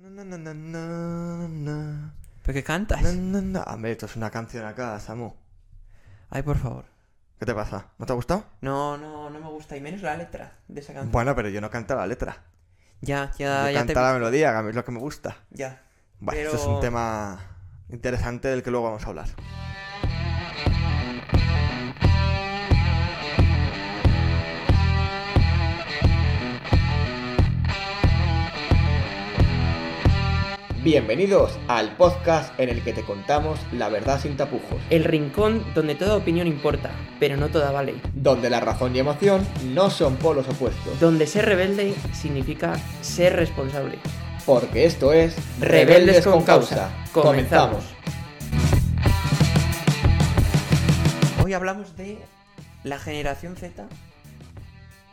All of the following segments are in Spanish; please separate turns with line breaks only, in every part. Na, na, na, na, na.
¿Pero qué cantas?
Na, na, na. Hombre, esto es una canción acá, Samu.
Ay, por favor.
¿Qué te pasa? ¿No te ha gustado?
No, no, no me gusta. Y menos la letra de esa canción.
Bueno, pero yo no canto la letra.
Ya,
Yo
ya, ya
canto
te...
la melodía, que a mí es lo que me gusta.
Ya.
Bueno,
Pero-
esto es un tema interesante del que luego vamos a hablar.
Bienvenidos al podcast en el que te contamos la verdad sin tapujos,
El rincón donde toda opinión importa, pero no toda vale.
donde la razón y emoción no son polos opuestos,
Donde ser rebelde significa ser responsable.
porque esto es
Rebeldes con causa. Comenzamos. Hoy hablamos de la generación Z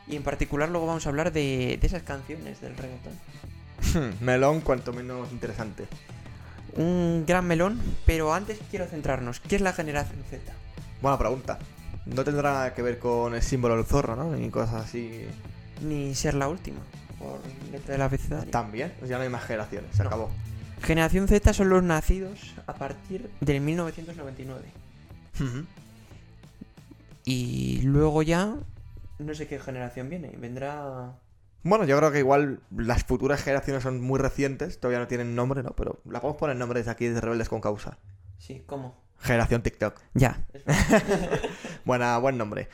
y en particular luego vamos a hablar de, de esas canciones del reggaetón.
Hmm, Melón, cuanto menos interesante.
Un gran melón, pero antes quiero centrarnos. ¿Qué es la generación Z?
Buena pregunta. No tendrá nada que ver con el símbolo del zorro, ¿no? Ni cosas así.
Ni ser la última, por letra del abecedario.
También, ya no hay más generaciones, se
No.
acabó.
Generación Z son los nacidos a partir del 1999. Y luego ya... No sé qué generación viene. Vendrá...
Bueno, yo creo que igual las futuras generaciones son muy recientes, todavía no tienen nombre, ¿no? Pero la podemos poner nombre desde aquí, desde Rebeldes con Causa.
Sí, ¿cómo?
Generación TikTok.
Ya.
Es verdad.
Buena, buen nombre.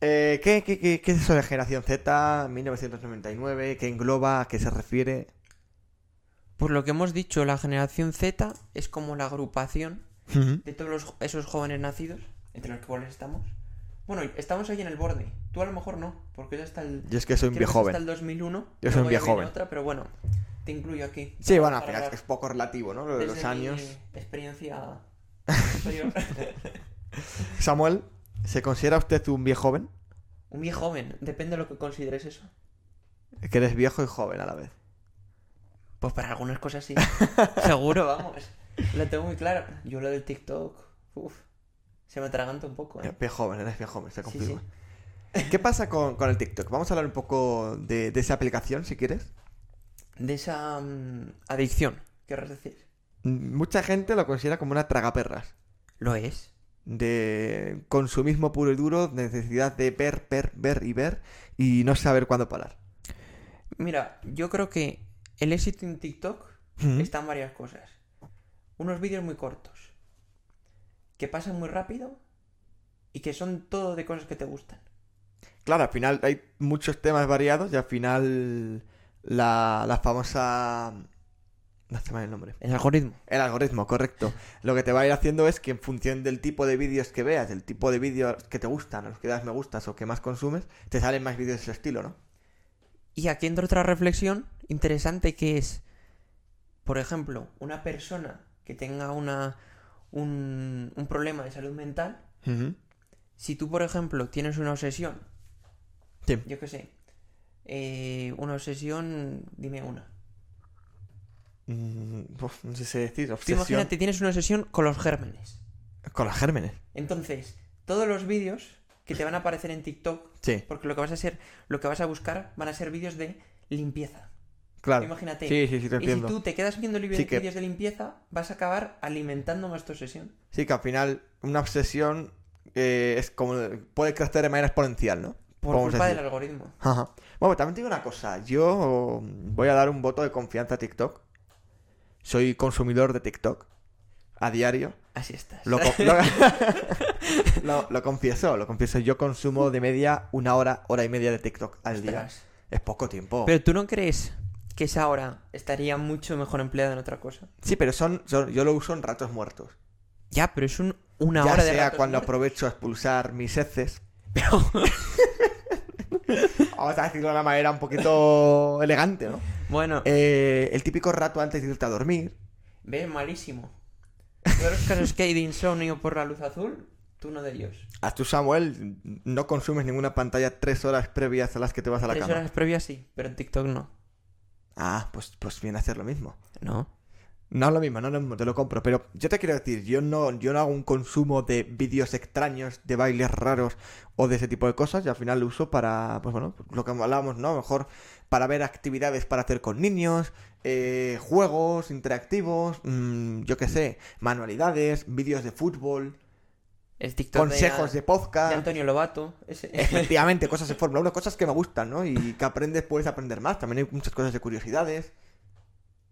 Eh, ¿qué, qué, qué, qué es eso de Generación Z, 1999? ¿Qué engloba? ¿A qué se refiere?
Por lo que hemos dicho, la generación Z es como la agrupación de todos los- esos jóvenes nacidos, entre los cuales estamos. Bueno, estamos ahí en el borde. Tú a lo mejor no, porque ya está el.
Yo es que soy un
creo
viejo
que es hasta
joven.
el 2001.
Yo soy
luego
un
ya
viejo
viene
joven.
otra, pero bueno, te incluyo aquí.
Sí, bueno, al
Para
final
hablar
es poco relativo, ¿no? Lo de Los
desde mi
años.
Experiencia. superior.
Samuel, ¿se considera usted un viejo joven?
un viejo joven, depende de lo que consideres eso.
Que eres viejo y joven a la vez.
Pues para algunas cosas sí. Seguro, vamos. Lo tengo muy claro. Yo lo del TikTok. Uf. Se me atraganta un poco, ¿eh?
Viejo joven, eres viejo joven, se
Sí,
confirma. ¿Qué pasa con, con el TikTok? Vamos a hablar un poco de, de esa aplicación, si quieres.
De esa mm, adicción, querrás decir.
Mm, Mucha gente lo considera como una tragaperras.
Lo es.
De consumismo puro y duro, necesidad de ver, ver, ver y ver y no saber cuándo parar.
Mira, yo creo que el éxito en TikTok
Ujú.
está en varias cosas. Unos vídeos muy cortos, que pasan muy rápido y que son todo de cosas que te gustan.
Claro, al final hay muchos temas variados y al final la, la famosa... No sé mal el nombre.
El algoritmo.
El algoritmo, correcto. Lo que te va a ir haciendo es que en función del tipo de vídeos que veas, del tipo de vídeos que te gustan, a los que das me gustas o que más consumes, te salen más vídeos de ese estilo, ¿no?
Y aquí entra otra reflexión interesante que es, por ejemplo, una persona que tenga una, un, un problema de salud mental, si tú, por ejemplo, tienes una obsesión,
Sí.
yo qué sé, eh, una obsesión, dime una.
Mm, uf, no sé si decir,
Tú
obsesión
imagínate, tienes una obsesión con los gérmenes.
con los gérmenes.
Entonces, todos los vídeos que te van a aparecer en TikTok,
Sí,
porque lo que vas a hacer, lo que vas a buscar van a ser vídeos de limpieza.
claro.
Imagínate.
Sí, sí, sí, te
Y si
entiendo.
tú te quedas viendo libe-
Sí que-
vídeos de limpieza, vas a acabar alimentando más tu obsesión.
Sí, que al final una obsesión eh, es como puede crecer de manera exponencial, ¿no?
Por
Podemos
culpa
decir.
del algoritmo.
Ajá. Bueno, también te digo una cosa. Yo voy a dar un voto de confianza a TikTok. Soy consumidor de TikTok a diario.
Así estás.
Lo, co- lo- lo- lo confieso, lo confieso. Yo consumo de media una hora, hora y media de TikTok al día.
Ostras.
Es poco tiempo.
Pero tú no crees que esa hora estaría mucho mejor empleada en otra cosa.
Sí, pero son, son- yo lo uso en ratos muertos.
Ya, pero es un, una
ya
hora de
sea
ratos
cuando
muertos.
aprovecho a expulsar mis heces. Vamos a decirlo de una manera un poquito elegante, ¿no?
Bueno,
Eh, el típico rato antes de irte a dormir.
ves malísimo. Todos los casos que hay de insomnio por la luz azul, tú uno de ellos.
A tú, Samuel, no consumes ninguna pantalla tres horas previas a las que te vas a la
Tres
cama.
horas previas sí, pero en TikTok no.
Ah, pues, pues viene a ser lo mismo.
No.
No es lo mismo, no es lo mismo, te lo compro. Pero yo te quiero decir, yo no, yo no hago un consumo de vídeos extraños, de bailes raros o de ese tipo de cosas. Y al final lo uso para, pues bueno, lo que hablábamos, ¿no? A lo Mejor para ver actividades para hacer con niños, eh, juegos interactivos, mm, yo qué sé, manualidades, vídeos de fútbol,
El TikTok de-
consejos de, podcast.
de Antonio Lobato. ese.
Efectivamente, cosas de Fórmula 1, cosas que me gustan, ¿no? Y que aprendes, puedes aprender más. También hay muchas cosas de curiosidades,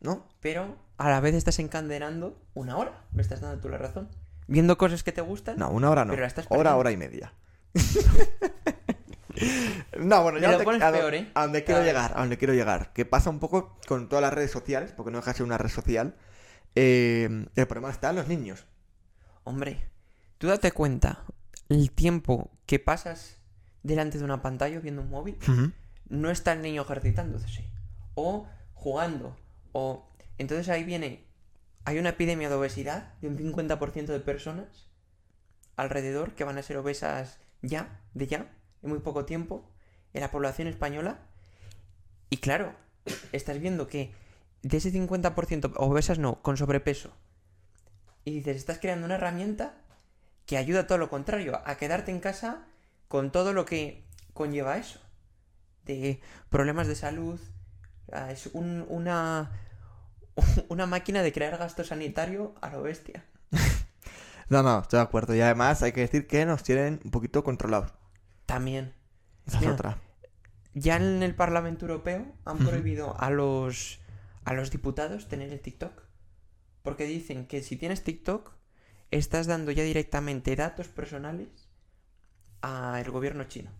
¿no?
Pero a la vez estás encadenando una hora. Me estás dando tú la razón. Viendo cosas que te gustan.
No, una hora no.
Pero la estás
hora,
perdiendo.
hora y media. no, bueno,
Me
ya
lo
no te-
pones
a, do-
peor, ¿eh?
a donde quiero
Cada vez.
llegar, a donde quiero llegar. Que pasa un poco con todas las redes sociales, porque no deja de ser una red social. Eh, el problema está en los niños.
Hombre, tú date cuenta. El tiempo que pasas delante de una pantalla viendo un móvil. no está el niño ejercitándose o jugando o entonces ahí viene hay una epidemia de obesidad de un 50% de personas alrededor que van a ser obesas ya de ya en muy poco tiempo en la población española y claro estás viendo que de ese 50% obesas no con sobrepeso y dices estás creando una herramienta que ayuda a todo lo contrario a quedarte en casa con todo lo que conlleva eso de problemas de salud. Ah, Es un- una, una máquina de crear gasto sanitario a lo bestia.
No, no, estoy de acuerdo. Y además hay que decir que nos tienen un poquito controlados.
También.
Esa es
Mira.
otra.
Ya en el Parlamento Europeo han
Ujú.
prohibido a los, a los diputados tener el TikTok. Porque dicen que si tienes TikTok, estás dando ya directamente datos personales al gobierno chino.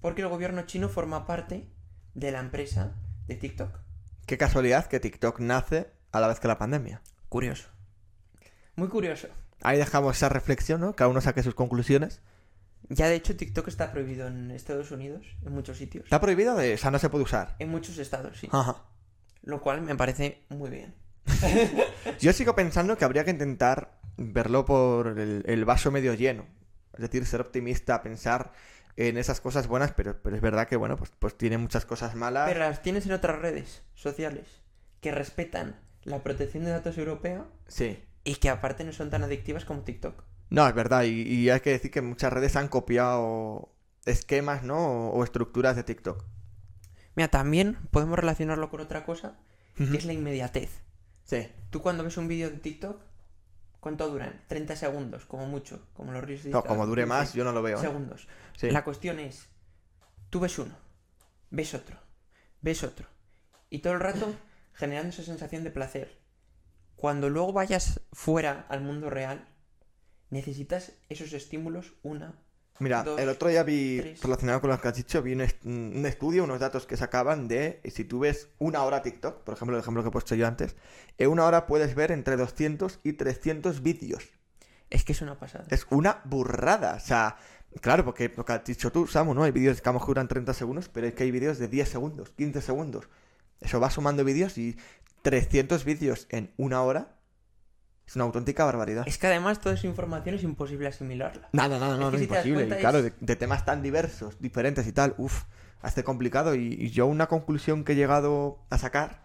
Porque el gobierno chino forma parte de la empresa de TikTok.
Qué casualidad que TikTok nace a la vez que la pandemia.
Curioso. Muy curioso.
Ahí dejamos esa reflexión, ¿no? Cada uno saque sus conclusiones.
Ya de hecho TikTok está prohibido en Estados Unidos, en muchos sitios.
Está prohibido, de... o sea, no se puede usar.
En muchos estados, sí.
Ajá.
Lo cual me parece muy bien.
Yo sigo pensando que habría que intentar verlo por el, el vaso medio lleno. Es decir, ser optimista, pensar en esas cosas buenas, pero, pero es verdad que, bueno, pues, pues tiene muchas cosas malas.
Pero las tienes en otras redes sociales que respetan la protección de datos europea
Sí.
y que aparte no son tan adictivas como TikTok.
No, es verdad. Y, y hay que decir que muchas redes han copiado esquemas, ¿no? O, o estructuras de TikTok.
Mira, también podemos relacionarlo con otra cosa,
Ujú.
que es la inmediatez.
Sí.
Tú cuando ves un vídeo de TikTok, ¿cuánto duran? 30 segundos, como mucho, como los reels de
No,
Instagram,
como dure
15
más, yo no lo veo. ¿eh?
Segundos.
Sí.
La cuestión es, tú ves uno, ves otro, ves otro, y todo el rato generando esa sensación de placer. Cuando luego vayas fuera al mundo real, necesitas esos estímulos una.
Mira,
dos,
el otro día vi,
tres.
relacionado con lo que has dicho, vi un, est- un estudio, unos datos que sacaban de si tú ves una hora TikTok, por ejemplo, el ejemplo que he puesto yo antes, en una hora puedes ver entre 200 y 300 vídeos.
Es que es una pasada.
Es una burrada. O sea, claro, porque lo que has dicho tú, Samu, ¿no? Hay vídeos que a lo mejor duran 30 segundos, pero es que hay vídeos de 10 segundos, 15 segundos. Eso va sumando vídeos y 300 vídeos en una hora es una auténtica barbaridad.
Es que además toda esa información es imposible asimilarla.
Nada, nada, no,
Es que
no,
si te das
imposible.
cuenta
Y claro,
es-
de, de temas tan diversos, diferentes y tal, uff, hace complicado. Y, y yo una conclusión que he llegado a sacar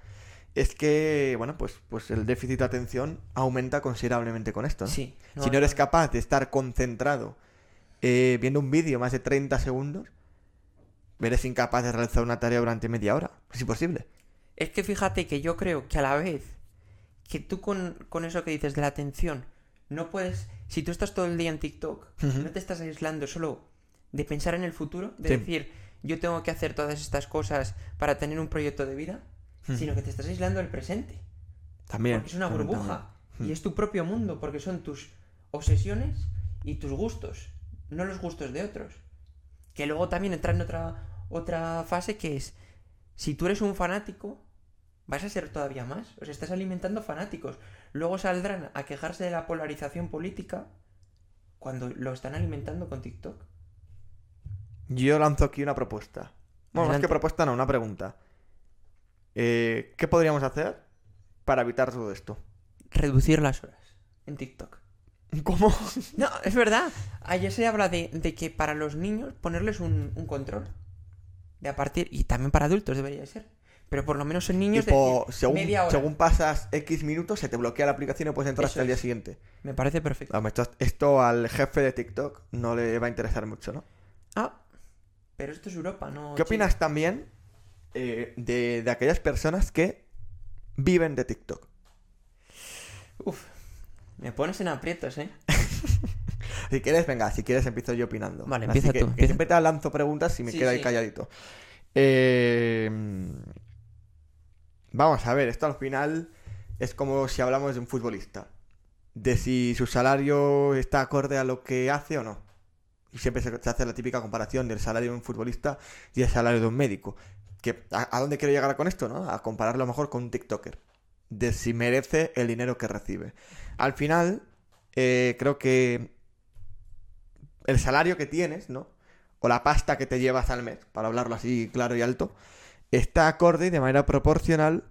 es que, bueno, pues, pues el déficit de atención aumenta considerablemente con esto. ¿no?
Sí.
Ah. si no eres
no.
capaz de estar concentrado eh, viendo un vídeo más de 30 segundos, eres incapaz de realizar una tarea durante media hora. Es imposible.
Pues, Es que fíjate que yo creo que a la vez que tú con, con eso que dices de la atención, no puedes, si tú estás todo el día en TikTok,
Ujú.
no te estás aislando solo de pensar en el futuro, de
Sí.
decir, yo tengo que hacer todas estas cosas para tener un proyecto de vida,
Ujú.
sino que te estás aislando del presente,
También.
porque es una
también,
burbuja y es tu propio mundo, porque son tus obsesiones y tus gustos, no los gustos de otros. Que luego también entra en otra, otra fase que es, si tú eres un fanático, vas a ser todavía más. O sea, estás alimentando fanáticos. Luego saldrán a quejarse de la polarización política cuando lo están alimentando con TikTok.
Yo lanzo aquí una propuesta. Bueno, más
Adelante.
que propuesta, no, una pregunta. Eh, ¿Qué podríamos hacer para evitar todo esto?
Reducir las horas en TikTok.
¿Cómo?
No, es verdad. Ayer Ah, se habla de, de que para los niños ponerles un, un control. De a partir. Y también para adultos debería de ser. Pero por lo menos en niños.
Tipo,
decir,
según,
media hora.
según pasas X minutos, se te bloquea la aplicación y puedes entrar
Eso
hasta el día
es.
siguiente.
Me parece perfecto.
Vamos, esto, esto al jefe de TikTok no le va a interesar mucho, ¿no?
Ah. Pero esto es Europa, ¿no?
¿Qué
China.
opinas también eh, de, de aquellas personas que viven de TikTok.
Uf, me pones en aprietos, ¿eh?
Si quieres, venga, si quieres empiezo yo opinando.
Vale,
Así
empieza
que,
tú,
que
empieza
siempre te lanzo preguntas y me
Sí,
quedo ahí
sí.
calladito. Eh, Vamos a ver, esto al final es como si hablamos de un futbolista. De si su salario está acorde a lo que hace o no. Y siempre se se hace la típica comparación del salario de un futbolista y el salario de un médico. Que, ¿a, a dónde quiero llegar con esto? ¿no? A compararlo a lo mejor con un TikToker. De si merece el dinero que recibe. Al final, eh, creo que el salario que tienes, ¿no? O la pasta que te llevas al mes, para hablarlo así claro y alto, está acorde y de manera proporcional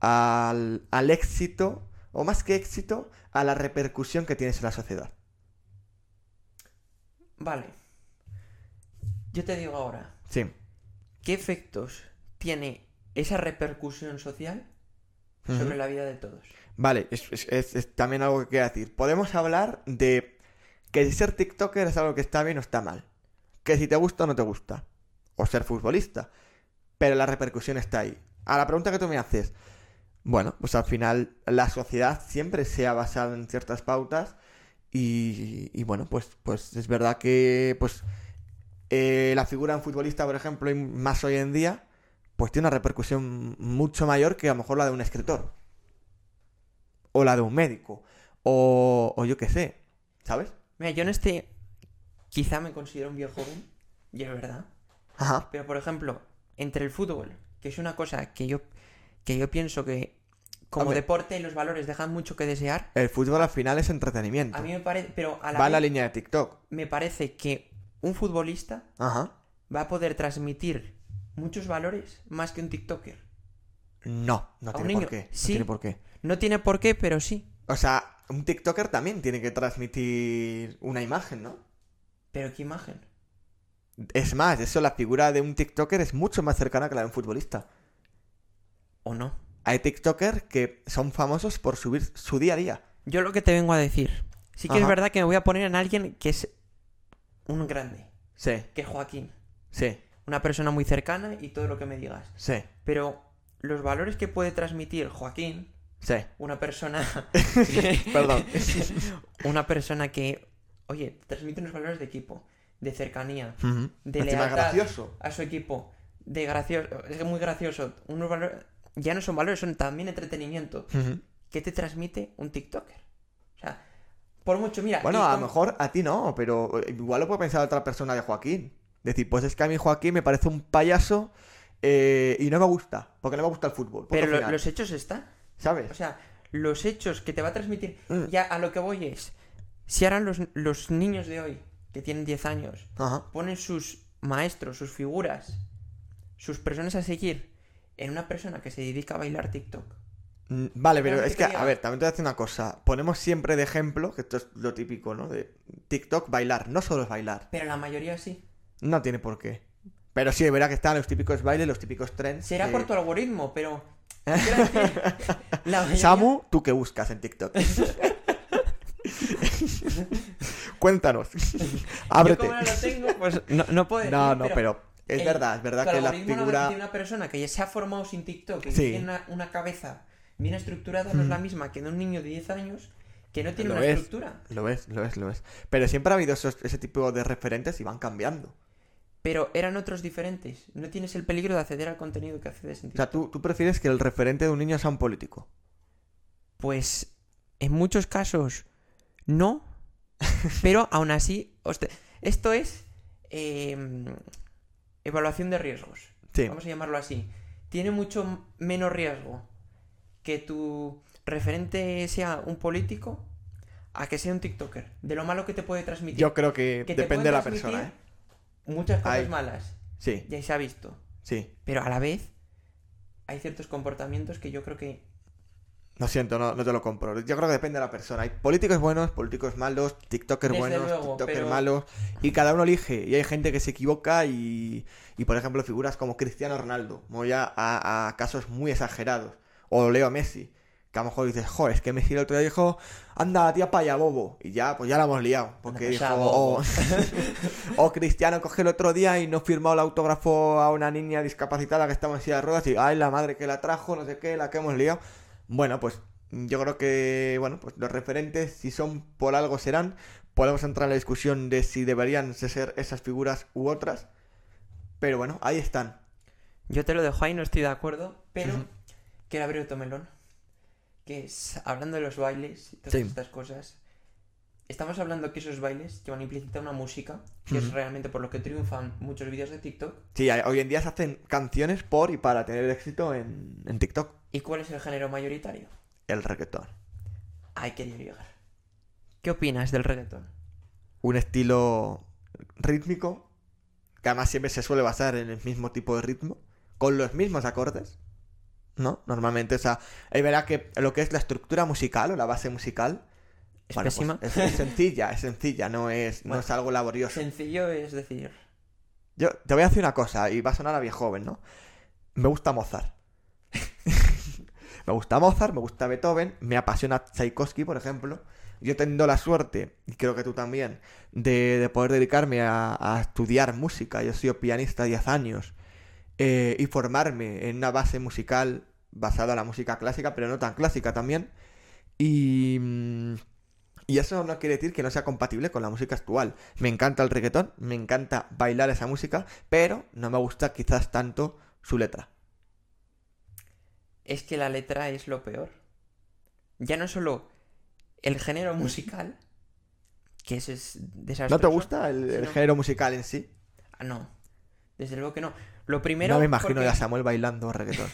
al, al éxito, o más que éxito, a la repercusión que tienes en la sociedad.
Vale. Yo te digo ahora,
Sí.
¿qué efectos tiene esa repercusión social sobre
Ujú.
la vida de todos?
Vale, es, es- es- es también algo que quiero decir. Podemos hablar de que si ser TikToker es algo que está bien o está mal. Que si te gusta o no te gusta. O ser futbolista. Pero la repercusión está ahí. A la pregunta que tú me haces. Bueno, pues al final la sociedad siempre se ha basado en ciertas pautas. Y, y bueno, pues, pues es verdad que pues eh, la figura de un futbolista, por ejemplo, y más hoy en día, pues tiene una repercusión mucho mayor que a lo mejor la de un escritor o la de un médico, o, o yo qué sé, ¿sabes?
Mira, yo en este quizá me considero un viejo joven, y es verdad.
Ajá.
Pero por ejemplo, entre el fútbol, que es una cosa que yo, que yo pienso que como
Hombre.
deporte los valores dejan mucho que desear,
El fútbol al final es entretenimiento.
a mí me parece, pero a la
Va en la
vez
línea de TikTok.
me parece que un futbolista
Ajá.
va a poder transmitir muchos valores más que un TikToker.
No, no
A
tiene
un
por
niño-
qué. No
sí.
tiene por qué.
No tiene por qué, pero sí.
O sea, un TikToker también tiene que transmitir una imagen, ¿no?
Pero qué imagen.
Es más, eso, la figura de un TikToker es mucho más cercana que la de un futbolista.
¿O no?
Hay TikTokers que son famosos por subir su día a día.
Yo lo que te vengo a decir. Sí que es
Ajá.
verdad que me voy a poner en alguien que es un grande,
Sí,
que es Joaquín.
sí,
Una persona muy cercana y todo lo que me digas.
sí,
Pero los valores que puede transmitir Joaquín,
sí.
una persona.
Perdón.
una persona que. Oye, transmite unos valores de equipo, de cercanía,
Ujú.
de
Encima
lealtad.
gracioso.
a su equipo de gracioso, es que muy gracioso, unos valores, ya no son valores, son también entretenimiento.
Ujú.
¿Qué te transmite un TikToker? O sea, por mucho, mira. y
Bueno, a lo
con-
mejor a ti no, pero eh, igual lo puede pensar otra persona de Joaquín. Decir, pues es que a mí Joaquín me parece un payaso eh, y no me gusta, porque no me gusta el fútbol. punto
Pero lo-
final,
los hechos están. O
¿Sabes?
sea, los hechos que te va a transmitir.
Mm.
Ya a lo que voy es. Si ahora los, los niños de hoy, que tienen 10 años,
Ajá.
ponen sus maestros, sus figuras, sus personas a seguir en una persona que se dedica a bailar TikTok.
Mm, Vale, pero
Pero
es
que
que,
te
a
diga-
ver, también te voy a decir una cosa. Ponemos siempre de ejemplo, que esto es lo típico, ¿no? De TikTok, bailar. No solo es bailar.
Pero la mayoría sí.
No tiene por qué. Pero sí, de verdad que están los típicos bailes, los típicos trends.
Será
eh,
por tu algoritmo, pero. quiero decir, la mayoría-
Samu, ¿tú qué buscas en TikTok? Cuéntanos.
Yo
Ábrete.
como no lo tengo, pues no, no puedo decir,
No, no, pero es
el-
verdad, es verdad
tu
que la
algoritmo no
figura...
De una persona que ya se ha formado sin TikTok, que
Sí. Mm.
tiene una, una cabeza bien estructurada, no es la misma que de un niño de 10 años que no tiene
Lo
una
es.
estructura.
Lo es, lo es, lo es. Pero siempre ha habido esos- ese tipo de referentes y van cambiando.
Pero eran otros diferentes. No tienes el peligro de acceder al contenido que accedes en
O
TikTok.
sea, tú, tú prefieres que el referente de un niño sea un político.
Pues en muchos casos no, pero aún así, hoste- esto es eh, evaluación de riesgos.
Sí.
Vamos a llamarlo así. Tiene mucho m- menos riesgo que tu referente sea un político a que sea un TikToker. De lo malo que te puede transmitir.
Yo creo que,
Que te
depende
puede
de la
transmitir
persona, ¿eh?
Muchas cosas
Ay.
malas,
Sí,
ya se ha visto.
sí.
Pero a la vez, hay ciertos comportamientos que yo creo que
Lo siento, no, no te lo compro. Yo creo que depende de la persona. Hay políticos buenos, políticos malos, tiktokers
Desde
buenos,
luego,
tiktokers
pero-
malos. Y cada uno elige. Y hay gente que se equivoca y, y, por ejemplo, figuras como Cristiano Ronaldo. Voy a, a- a casos muy exagerados. O Leo Messi. Que a lo mejor dices, joder, es que me el otro día dijo, anda, tía paya, bobo. Y ya, pues ya la hemos liado. Porque
pues
dijo,
ya,
o, o Cristiano coge el otro día y no firmó el autógrafo a una niña discapacitada que estaba en silla de ruedas y, ay, la madre que la trajo, no sé qué, la que hemos liado. Bueno, pues yo creo que, bueno, pues los referentes, si son por algo serán, podemos entrar en la discusión de si deberían de ser esas figuras u otras. Pero bueno, ahí están.
Yo te lo dejo ahí, no estoy de acuerdo, pero
Ujú.
quiero abrir otro melón. Que es, hablando de los bailes y todas
Sí.
estas cosas, estamos hablando que esos bailes llevan implícita una música, que es
Ujú.
realmente por lo que triunfan muchos vídeos de TikTok.
Sí, hay- hoy en día se hacen canciones por y para tener éxito en, en TikTok.
¿Y cuál es el género mayoritario?
El reggaetón.
Ahí quería llegar. ¿Qué opinas del reggaetón?
Un estilo rítmico, que además siempre se suele basar en el mismo tipo de ritmo, con los mismos acordes, ¿no? Normalmente, o sea, es verdad que lo que es la estructura musical o la base musical
¿Es
bueno, pues,
pésima?
es, es sencilla, es sencilla, no es, no
Bueno.
es algo laborioso.
Sencillo es decir,
Yo te voy a decir una cosa, y va a sonar a bien joven, ¿no? Me gusta Mozart. me gusta Mozart, me gusta Beethoven, me apasiona Tchaikovsky, por ejemplo. Yo tengo la suerte, y creo que tú también, de, de poder dedicarme a, a estudiar música. Yo he sido pianista 10 años eh, y formarme en una base musical basada en la música clásica, pero no tan clásica también. Y, mm, y eso no quiere decir que no sea compatible con la música actual. Me encanta el reggaetón, me encanta bailar esa música, pero no me gusta quizás tanto su letra.
es que la letra es lo peor. Ya no solo el género musical, que ese es desastroso.
¿No te gusta el, el
Sí, no.
género musical en sí?
Ah, no. Desde luego que no. Lo primero.
no me imagino
porque,
a Samuel bailando reggaetón.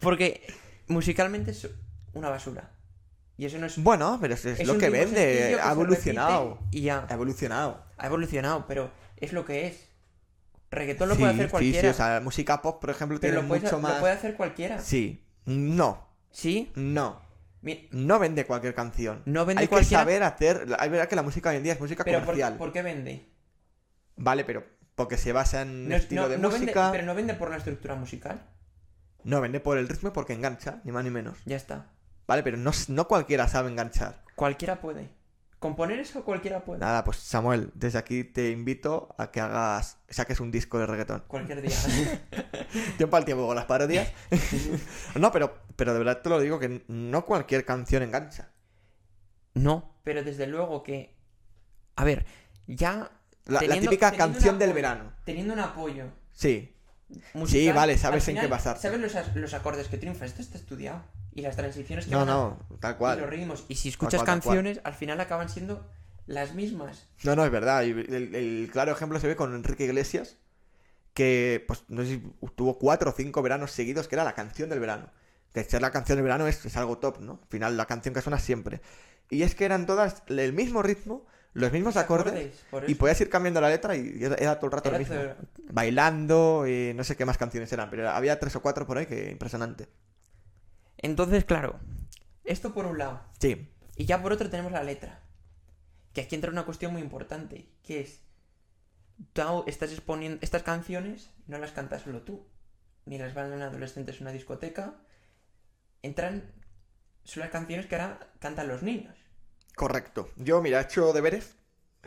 porque musicalmente es una basura. Y eso no es.
bueno, pero es, es
es
lo
un
que
ritmo
vende,
sencillo que
ha
se
evolucionado.
repite Y ya.
Ha evolucionado.
Ha evolucionado, pero es lo que es. Reggaetón lo
sí,
puede hacer
sí, sí,
cualquiera.
o sea, la música pop, por ejemplo,
pero
tiene
lo puede,
mucho
lo
más.
puede hacer cualquiera. Sí.
Sí, no, no.
Mi-
No vende cualquier canción.
No vende
Hay
cualquiera.
que saber hacer. Hay verdad que la música hoy en día es música
Pero ¿por,
comercial.
por qué vende?
Vale, pero porque se basa en
No, es-
estilo
no-
de
no vende,
música.
pero no vende por una estructura musical.
No vende por el ritmo y porque engancha, ni más ni menos.
Ya está.
Vale, pero no, no cualquiera sabe enganchar.
Cualquiera puede. Componer eso cualquiera puede.
Nada, pues Samuel, desde aquí te invito a que hagas, saques un disco de reggaetón.
Cualquier día.
Tiempo al tiempo con las parodias. no, pero, pero de verdad te lo digo que no cualquier canción engancha.
no, pero desde luego que. A ver, ya.
La, la
teniendo-
típica
teniendo un
canción del
apoyo-
verano.
Teniendo un apoyo.
Sí.
musical,
Sí, vale, sabes
al
en qué basarte.
Sabes los, as- los acordes que triunfan, esto está estudiado. Y las transiciones que
No,
van a-
no, tal
Y los
cual.
ritmos. Y si escuchas
cual, tal cual.
canciones, al final acaban siendo las mismas.
No, no, es verdad. Y el, el claro ejemplo se ve con Enrique Iglesias, que pues no sé si tuvo cuatro o cinco veranos seguidos, que era la canción del verano. Que ser la canción del verano es, es algo top, ¿no? Al final, la canción que suena siempre. Y es que eran todas el mismo ritmo, los mismos acordes,
por
y
eso.
podías ir cambiando la letra y era, era todo el rato
Era
lo mismo.
todo-
Bailando, y no sé qué más canciones eran, pero había tres o cuatro por ahí que impresionante.
Entonces, claro, esto por un lado.
Sí,
Y ya por otro tenemos la letra. Que aquí entra una cuestión muy importante, que es, tú estás exponiendo estas canciones, no las cantas solo tú, ni las bailan adolescentes en una discoteca, entran, son las canciones que ahora cantan los niños.
correcto. Yo, mira, he hecho deberes,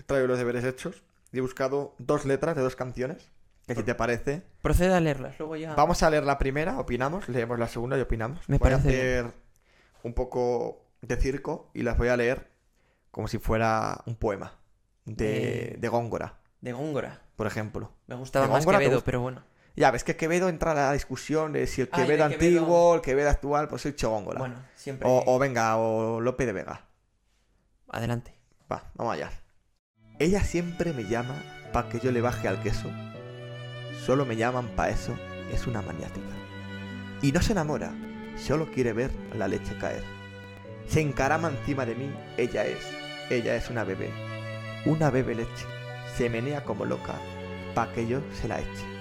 traigo los deberes hechos, y he buscado dos letras de dos canciones, que si te parece...
Procede a leerlas, luego ya...
Vamos a leer la primera, opinamos, leemos la segunda y opinamos.
Ah. Me
voy a
parece
hacer un poco de circo y las voy a leer como si fuera un poema de,
Eh.
de Góngora,
De Góngora.
por ejemplo.
Me gustaba
¿De
más
Góngora te
Quevedo,
gusta?
pero bueno.
Ya ves que Quevedo entra a la discusión de si el
Ay, Ah, de
Quevedo
Quevedo.
antiguo, el Quevedo actual, pues he dicho Góngora.
Bueno, eh. siempre...
o,
que-
o venga, o Lope de Vega.
Adelante.
Va, vamos allá. Ella siempre me llama pa' que yo le baje al queso. Solo me llaman pa' eso, es una maniática. Y no se enamora, solo quiere ver la leche caer. Se encarama encima de mí, ella es, ella es una bebé. Una bebé leche, se menea como loca, pa' que yo se la eche.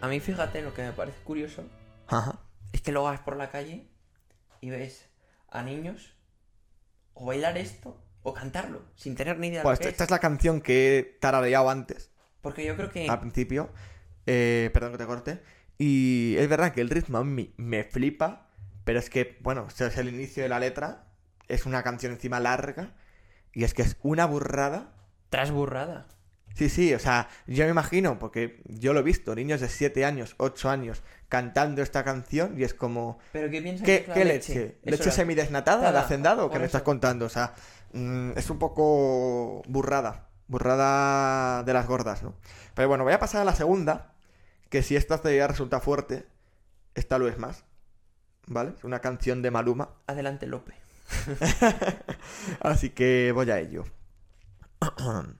A mí fíjate lo que me parece curioso,
Ajá.
es que luego vas por la calle y ves a niños o bailar esto o cantarlo sin tener ni idea de
Pues
lo que
esta
es.
es la canción que he tarareado antes. Ah.
Porque yo creo que
al principio. eh, perdón que te corte. Y es verdad que el ritmo a mí me flipa, pero es que, bueno, este es el inicio de la letra, es una canción encima larga, y es que es una burrada.
Tras burrada.
Sí, sí, o sea, yo me imagino, porque yo lo he visto, niños de 7 años, 8 años, cantando esta canción, y es como...
¿Pero qué piensas
¿Qué,
que es la
qué leche? ¿Leche,
Eso era.
semidesnatada de
Nada,
hacendado que
por
me estás
eso.
contando? O sea, mm, es un poco burrada. Burrada de las gordas, ¿no? Pero bueno, voy a pasar a la segunda, que si esta te resulta fuerte, esta lo es más. ¿Vale? Es una canción de Maluma.
Adelante, Lope.
Así que voy a ello.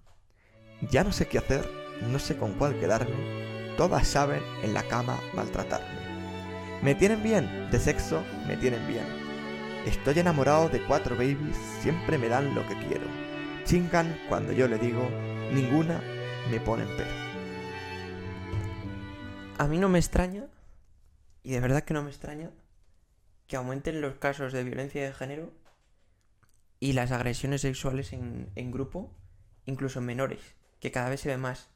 ya no sé qué hacer, no sé con cuál quedarme. Todas saben en la cama maltratarme. Me tienen bien, de sexo me tienen bien. Estoy enamorado de cuatro babies, siempre me dan lo que quiero. Chingan cuando yo le digo, ninguna me pone en pero.
A mí no me extraña, y de verdad que no me extraña, que aumenten los casos de violencia de género y las agresiones sexuales en, en grupo, incluso en menores, que cada vez se ve más.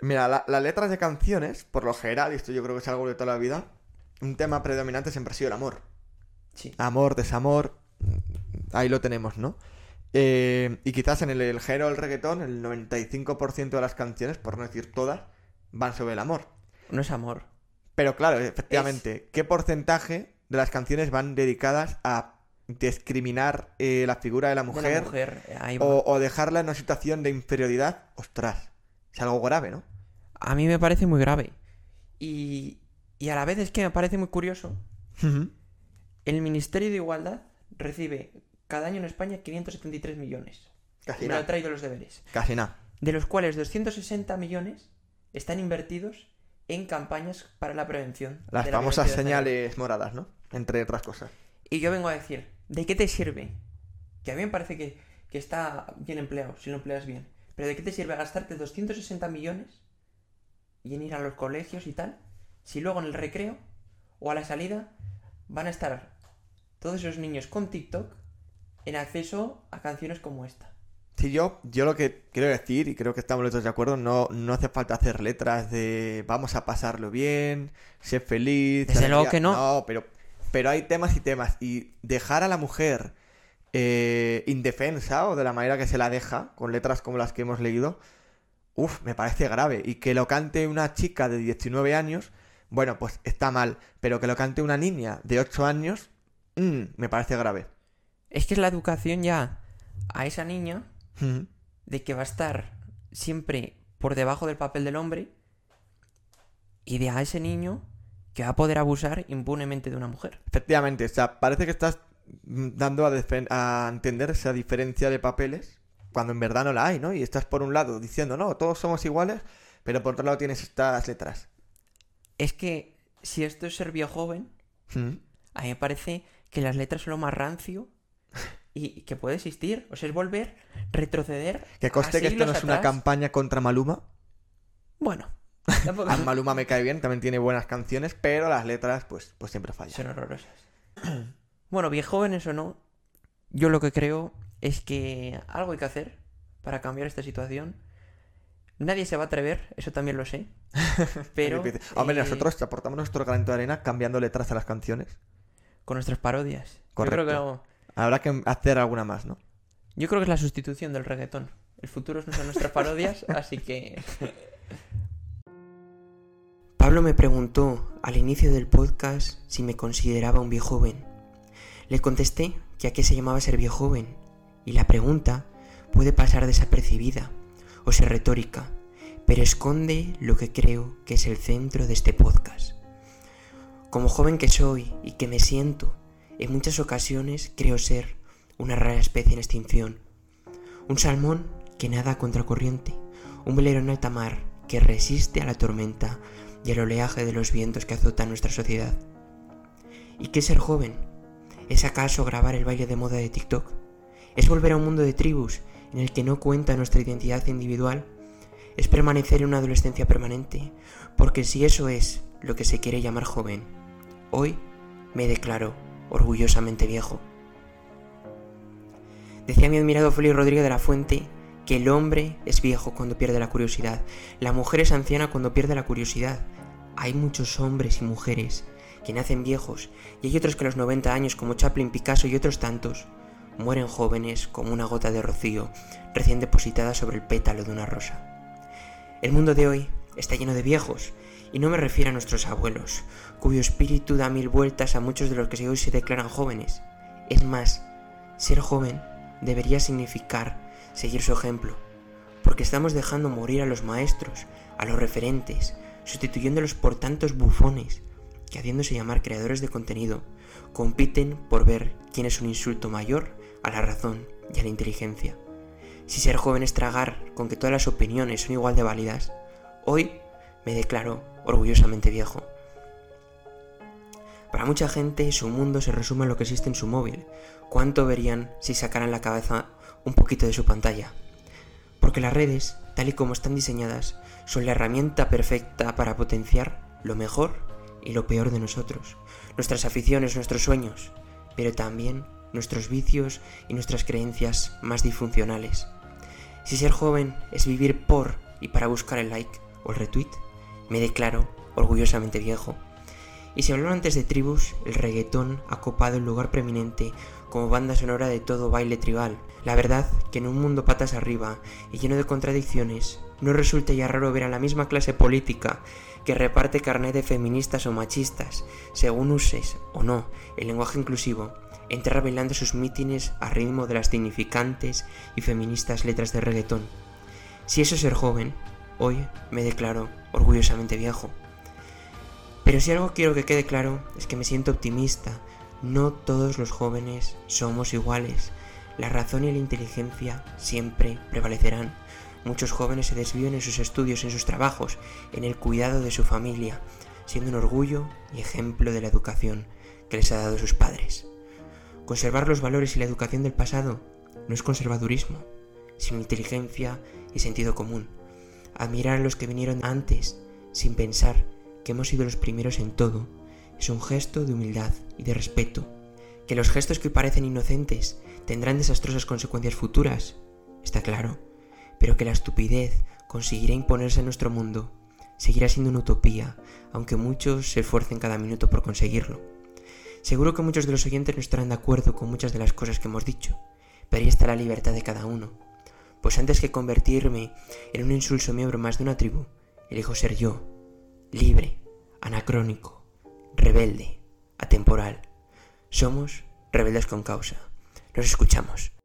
Mira, la- las letras de canciones, por lo general, y esto yo creo que es algo de toda la vida, un tema predominante siempre ha sido el amor.
Sí.
amor, desamor, mm, ahí lo tenemos, ¿no? Eh, y quizás en el, el género del reggaetón, el 95% de las canciones, por no decir todas, van sobre el amor.
No es amor.
Pero claro, efectivamente, ¿qué porcentaje de las canciones van dedicadas a discriminar eh, la figura de la mujer,
De la mujer, ahí va.
o, o dejarla en una situación de inferioridad? Ostras, es algo grave, ¿no?
A mí me parece muy grave. Y, y a la vez es que me parece muy curioso. El Ministerio de Igualdad recibe cada año en España 573 millones.
Casi
Me lo he
nada.
traído los deberes.
Casi nada.
de los cuales 260 millones están invertidos en campañas para la prevención.
Las
de la
famosas
violencia de género.
señales moradas, ¿no? Entre otras cosas.
Y yo vengo a decir, ¿de qué te sirve? Que a mí me parece que, que está bien empleado, si lo empleas bien. Pero ¿de qué te sirve gastarte 260 millones y en ir a los colegios y tal? Si luego en el recreo o a la salida van a estar todos esos niños con TikTok en acceso a canciones como esta.
Sí, yo, yo lo que quiero decir, y creo que estamos los dos de acuerdo, no, no hace falta hacer letras de vamos a pasarlo bien, sé feliz.
Desde
sé
luego
alegría".
que no.
No, pero, pero hay temas y temas. Y dejar a la mujer eh, indefensa o de la manera que se la deja, con letras como las que hemos leído, uff, me parece grave. Y que lo cante una chica de 19 años, bueno, pues está mal. Pero que lo cante una niña de 8 años, mm, me parece grave.
Es que es la educación ya a esa niña
Ujú.
de que va a estar siempre por debajo del papel del hombre y de a ese niño que va a poder abusar impunemente de una mujer.
Efectivamente, o sea, parece que estás mm, dando a, defen- a entender esa diferencia de papeles cuando en verdad no la hay, ¿no? Y estás por un lado diciendo, no, todos somos iguales, pero por otro lado tienes estas letras.
Es que si esto es ser viejo joven,
Mm.
a mí me parece que las letras son lo más rancio y y que puede existir. O sea, es volver, retroceder.
Que coste
a
que esto no
siglos
es una
atrás.
campaña contra Maluma.
Bueno, tampoco
A Maluma me cae bien, también tiene buenas canciones, pero las letras, pues, pues siempre
son
fallan.
horrorosas. Bueno, viejo jóvenes o no, yo lo que creo es que algo hay que hacer para cambiar esta situación. Nadie se va a atrever, eso también lo sé. Pero.
Qué difícil. Hombre,
eh,
nosotros aportamos nuestro granito de arena cambiando letras a las canciones.
Con nuestras parodias. Yo creo,
Correcto. Habrá que hacer alguna más, ¿no?
que, yo creo que es la sustitución del reggaetón. El futuro son nuestras parodias, así que. Pablo me preguntó al inicio del podcast si me consideraba un viejo joven. Le contesté que a qué se llamaba ser viejo joven, y la pregunta puede pasar desapercibida o ser retórica, pero esconde lo que creo que es el centro de este podcast. Como joven que soy y que me siento, en muchas ocasiones creo ser una rara especie en extinción, un salmón que nada a contracorriente, un velero en alta mar que resiste a la tormenta y al oleaje de los vientos que azotan nuestra sociedad. ¿Y qué es ser joven? ¿Es acaso grabar el baile de moda de TikTok? ¿Es volver a un mundo de tribus en el que no cuenta nuestra identidad individual? ¿Es permanecer en una adolescencia permanente? Porque si eso es lo que se quiere llamar joven, hoy me declaro orgullosamente viejo. Decía mi admirado Félix Rodríguez de la Fuente que el hombre es viejo cuando pierde la curiosidad, la mujer es anciana cuando pierde la curiosidad, hay muchos hombres y mujeres que nacen viejos y hay otros que a los 90 años como Chaplin, Picasso y otros tantos mueren jóvenes como una gota de rocío recién depositada sobre el pétalo de una rosa. El mundo de hoy está lleno de viejos y no me refiero a nuestros abuelos, cuyo espíritu da mil vueltas a muchos de los que hoy se declaran jóvenes. Es más, ser joven debería significar seguir su ejemplo, porque estamos dejando morir a los maestros, a los referentes, sustituyéndolos por tantos bufones que haciéndose llamar creadores de contenido, compiten por ver quién es un insulto mayor a la razón y a la inteligencia. Si ser joven es tragar con que todas las opiniones son igual de válidas, hoy me declaro orgullosamente viejo. Para mucha gente su mundo se resume a lo que existe en su móvil. ¿Cuánto verían si sacaran la cabeza un poquito de su pantalla? Porque las redes, tal y como están diseñadas, son la herramienta perfecta para potenciar lo mejor y lo peor de nosotros, nuestras aficiones, nuestros sueños, pero también nuestros vicios y nuestras creencias más disfuncionales. Si ser joven es vivir por y para buscar el like o el retweet, me declaro orgullosamente viejo. Y si hablaron antes de tribus, el reggaetón ha copado un lugar preeminente como banda sonora de todo baile tribal. La verdad que en un mundo patas arriba y lleno de contradicciones, no resulta ya raro ver a la misma clase política que reparte carnet de feministas o machistas, según uses o no el lenguaje inclusivo, entrar bailando sus mítines a ritmo de las dignificantes y feministas letras de reggaetón. Si eso es ser joven, hoy me declaro orgullosamente viejo. Pero si algo quiero que quede claro es que me siento optimista. No todos los jóvenes somos iguales. La razón y la inteligencia siempre prevalecerán. Muchos jóvenes se desvían en sus estudios, en sus trabajos, en el cuidado de su familia, siendo un orgullo y ejemplo de la educación que les ha dado sus padres. Conservar los valores y la educación del pasado no es conservadurismo, sino inteligencia y sentido común admirar a los que vinieron antes, sin pensar que hemos sido los primeros en todo, es un gesto de humildad y de respeto. Que los gestos que hoy parecen inocentes tendrán desastrosas consecuencias futuras, está claro, pero que la estupidez conseguirá imponerse en nuestro mundo, seguirá siendo una utopía, aunque muchos se esfuercen cada minuto por conseguirlo. Seguro que muchos de los oyentes no estarán de acuerdo con muchas de las cosas que hemos dicho, pero ahí está la libertad de cada uno pues antes que convertirme en un insulso miembro más de una tribu, elijo ser yo, libre, anacrónico, rebelde, atemporal. Somos rebeldes con causa. Nos escuchamos.